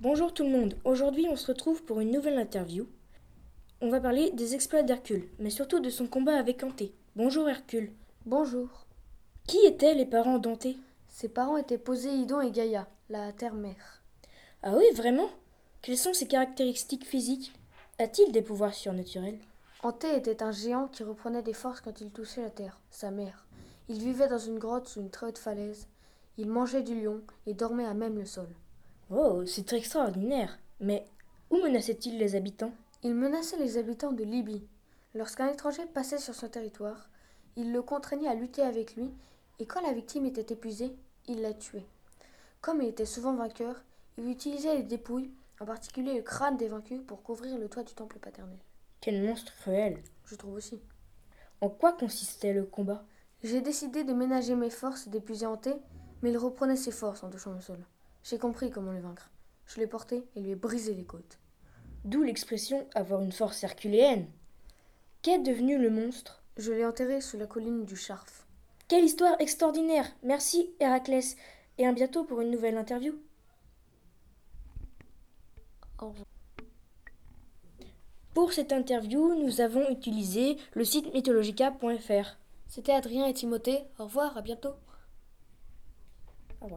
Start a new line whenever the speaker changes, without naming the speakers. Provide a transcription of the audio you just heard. Bonjour tout le monde, aujourd'hui on se retrouve pour une nouvelle interview. On va parler des exploits d'Hercule, mais surtout de son combat avec Antée. Bonjour Hercule.
Bonjour.
Qui étaient les parents d'Antée
Ses parents étaient Poséidon et Gaïa, la terre-mère.
Ah oui, vraiment Quelles sont ses caractéristiques physiques A-t-il des pouvoirs surnaturels
Antée était un géant qui reprenait des forces quand il touchait la terre, sa mère. Il vivait dans une grotte sous une très haute falaise. Il mangeait du lion et dormait à même le sol.
Oh, c'est très extraordinaire. Mais où menaçait-il les habitants
Il menaçait les habitants de Libye. Lorsqu'un étranger passait sur son territoire, il le contraignait à lutter avec lui et quand la victime était épuisée, il la tuait. Comme il était souvent vainqueur, il utilisait les dépouilles, en particulier le crâne des vaincus, pour couvrir le toit du temple paternel.
Quel monstre cruel
Je trouve aussi.
En quoi consistait le combat
J'ai décidé de ménager mes forces et d'épuiser Hanté, mais il reprenait ses forces en touchant le sol. J'ai compris comment le vaincre. Je l'ai porté et lui ai brisé les côtes.
D'où l'expression avoir une force herculéenne. Qu'est devenu le monstre
Je l'ai enterré sous la colline du Charf.
Quelle histoire extraordinaire Merci Héraclès et à bientôt pour une nouvelle interview.
Au revoir.
Pour cette interview, nous avons utilisé le site mythologica.fr.
C'était Adrien et Timothée. Au revoir, à bientôt.